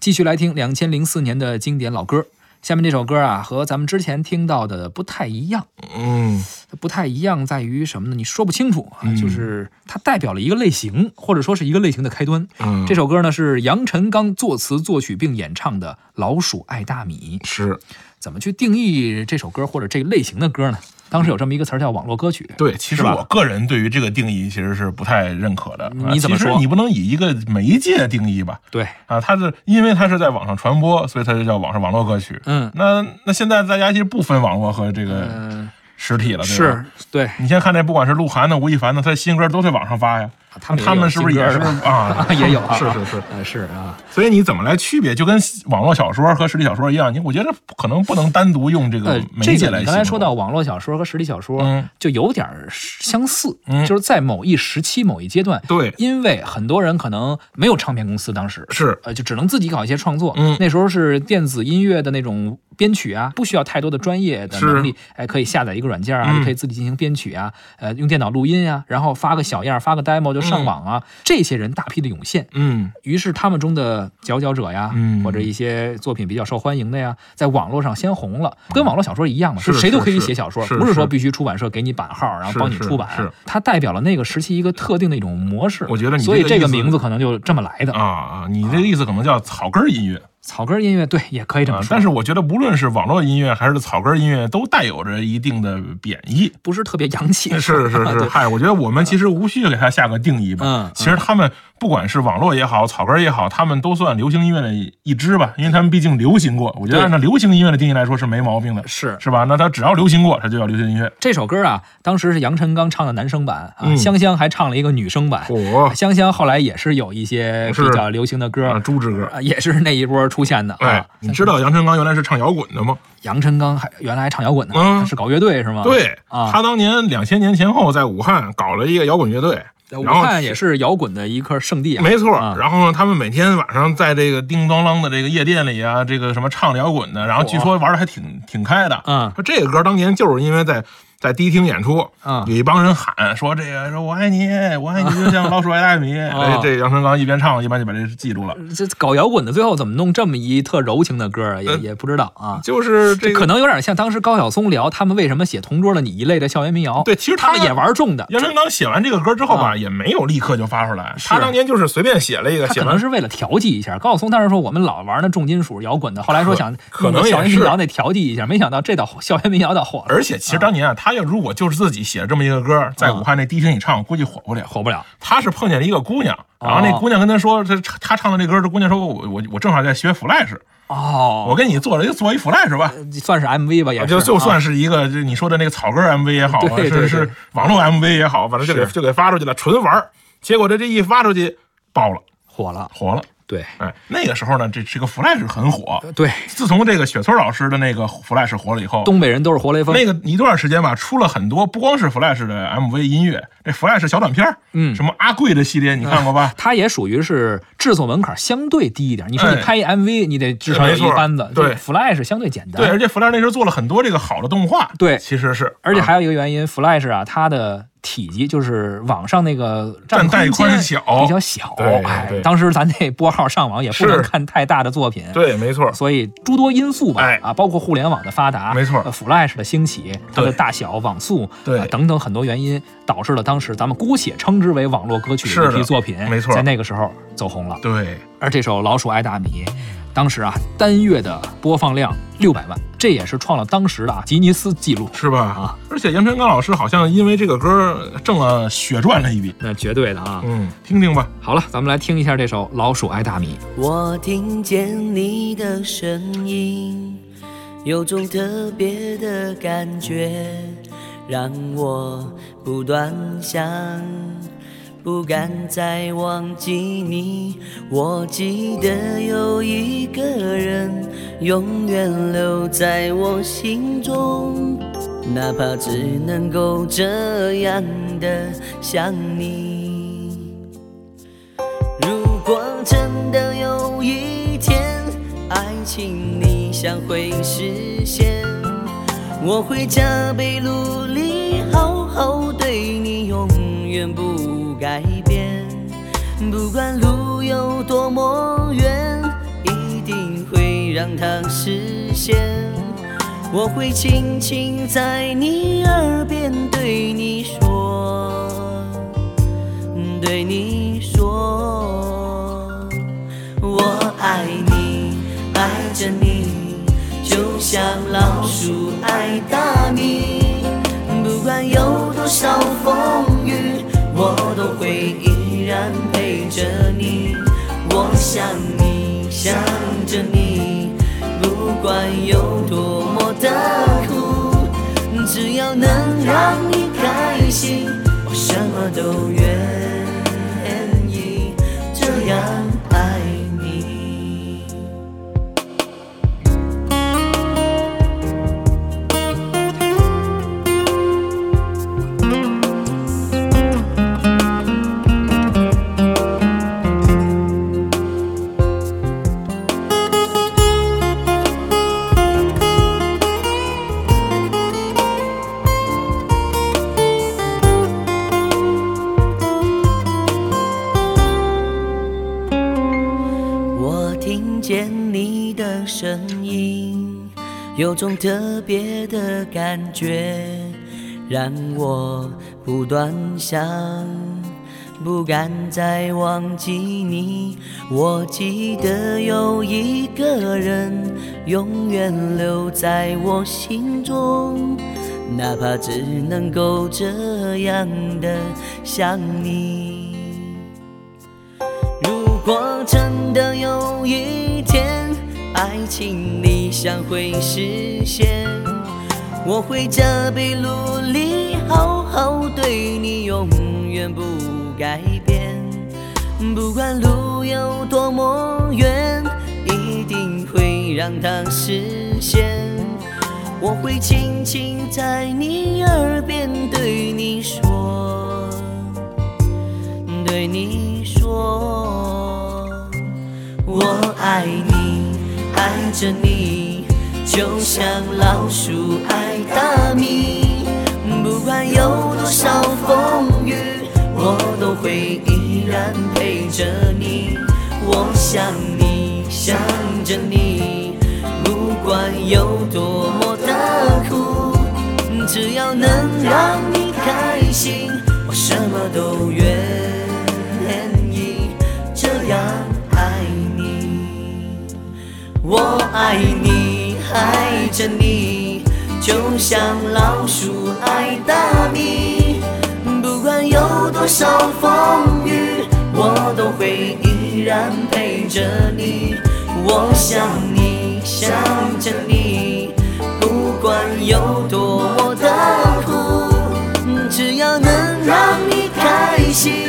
继续来听两千零四年的经典老歌。下面这首歌啊，和咱们之前听到的不太一样。嗯，它不太一样在于什么呢？你说不清楚啊，就是它代表了一个类型，或者说是一个类型的开端。嗯这首歌呢是杨臣刚作词作曲并演唱的《老鼠爱大米》。是怎么去定义这首歌或者这个类型的歌呢？当时有这么一个词儿叫网络歌曲。对。其实是吧我个人对于这个定义其实是不太认可的。啊你怎么说其实你不能以一个媒介的定义吧？对，啊，它是因为它是在网上传播，所以它就叫网上网络歌曲。嗯那那现在大家其实不分网络和这个嗯、实体了，对吧？是对，你先看这，不管是鹿晗的、吴亦凡的，他的新歌都在网上发呀。啊啊他们他们是不是也是有新歌啊吧？ 也有啊，是是是。呃是啊，所以你怎么来区别？就跟网络小说和实体小说一样，你我觉得可能不能单独用这呃个，媒这介个嗯来。你刚才说到，网络小说和实体小说，嗯就有点儿相似，嗯就是在某一时期、某一阶段，对因为很多人可能没有唱片公司，当时是呃，就只能自己搞一些创作。嗯那时候是电子音乐的那种编曲啊，不需要太多的专业的是能力，哎，可以下载一个软件啊，嗯就可以自己进行编曲啊，呃，用电脑录音啊，然后发个小样儿，发个 demo 就上网啊。这些人大批的涌现，嗯，于是他们中的佼佼者呀，嗯或者一些作品比较受欢迎的呀，在网络上先红了，跟网络小说一样嘛，是就谁都可以是是写小说，是不是说是必须出版社给你版号，然后是帮你是出版。啊是它代表了那个时期一个特定的一种模式。我觉得你所以这个这个意思名字可能就这么来的。啊啊，你这个意思可能叫草根儿音乐草根音乐对，也可以这么啊，说，但是我觉得无论是网络音乐还是草根儿音乐，都带有着一定的贬义。不是特别洋气。是是是，嗨，我觉得我们其实无需给它下个定义吧。嗯嗯其实他们不管是网络也好，草根儿也好，他们都算流行音乐的一支吧，因为他们毕竟流行过。我觉对得按照流行音乐的定义来说是没毛病的，是是吧？那它只要流行过，它就叫流行音乐。这首歌啊，当时是杨臣刚唱的男声版啊，嗯香香还唱了一个女声版。火香香后来也是有一些比是较流行的歌啊，朱之歌。啊，也是那一波出现的哎啊。，你知道杨臣刚原来是唱摇滚的吗？杨臣刚还原来还唱摇滚呢，嗯他是搞乐队是吗？对，啊他当年两千年前后在武汉搞了一个摇滚乐队，武然后汉也是摇滚的一块圣地啊。没错啊。然后呢，他们每天晚上在这个叮当啷的这个夜店里啊，这个什么唱摇滚的，然后据说玩的还挺挺开的。嗯说这个歌当年就是因为在。在迪厅演出，嗯有一帮人喊说这个说我爱你，我爱你就像老鼠爱大米。哎哦这这杨臣刚一边唱一边就把这记住了，这搞摇滚的最后怎么弄这么一特柔情的歌啊？也、也不知道啊。就是嗯这个可能有点像当时高晓松聊他们为什么写《同桌的你》一类的校园民谣。对其实他他们也玩重的，杨臣刚写完这个歌之后吧，也没有立刻就发出来，他当年嗯就是随便写了一个，他写可完能是为了调剂一下。高晓松当时说我们老玩那重金属摇滚的，后来说想可可能弄个校园也是民谣得调剂一下，没想到这倒校园民谣倒火了，而且其实当年啊，他要如果就是自己写这么一个歌，在武汉那迪厅一唱，估计火不了。火不了。他是碰见了一个姑娘，然后哦那姑娘跟他说，他他唱的这歌，这姑娘说我我我正好在学 Flash，哦，我给你做了做一 Flash 吧，算是 MV 吧，也是就就啊算是一个就你说的那个草根 MV 也好啊，对对是是网络 MV 也好，反正就给是就给发出去了，纯玩儿。结果这这一发出去，爆了，火了。火了。对哎，那个时候呢，这这个 Flash 很火。对，自从这个雪村老师的那个 Flash 火了以后，东北人都是活雷锋。那个一段时间吧，出了很多不光是 Flash 的 MV 音乐，这 Flash 小短片儿嗯什么阿贵的系列，你看过吧？它也属于是制作门槛相对低一点。你说你哎拍一 MV，你得至少有没错一班子。对，Flash 相对简单。对，而且 Flash 那时候做了很多这个好的动画，对其实是，而且啊还有一个原因、f l a s h 啊，它的体积就是网上那个占占带空间宽小比较小。对哎，对当时咱那拨号上网也不是能看太大的作品。。对，没错，所以诸多因素吧，哎啊，包括互联网的发达，没错呃，Flash 的兴起，它的对大小、网速，对啊等等很多原因，导致了当时咱们姑且称之为网络歌曲的一是批的作品，没错在那个时候走红了。对，而这首《老鼠爱大米》，当时啊单月的播放量六百万，这也是创了当时的啊吉尼斯纪录。是吧？啊，而且杨臣刚老师好像因为这个歌挣了血赚了一笔，那绝对的啊！嗯，听听吧，好了，咱们来听一下这首《老鼠爱大米》。我听见你的声音，有种特别的感觉，让我不断想，不敢再忘记你。我记得有一个人，永远留在我心中，哪怕只能够这样的想你。如果真的有一天，爱情理想会实现，我会加倍努力，好好对你，永远不改变。不管路有多么远，一让它实现。我会轻轻在你耳边对你说，对你说，我爱你，爱着你，就像老鼠爱大米。不管有多少风雨，我都会依然陪着你。我想你，想着你，不管有多么的苦，只要能让你开心，我什么都愿意这样爱你。我听见你的声音，有种特别的感觉，让我不断想，不敢再忘记你。我记得有一个人，永远留在我心中，哪怕只能够这样的想你。如果真的有一天，爱情理想会实现，我会加倍努力，好好对你，永远不改变。不管路有多么远，一定会让它实现。我会轻轻在你耳边对你说。对你说，我爱你，爱着你，就像老鼠爱大米。不管有多少风雨，我都会依然陪着你。我想你，想着你，不管有多么的苦。只要能让你开心，我什么都愿意这样爱你。我爱你，爱着你，就像老鼠爱大米。不管有多少风雨，我都会依然陪着你。我想你，想着你，不管有多么的苦，只要能让你开心，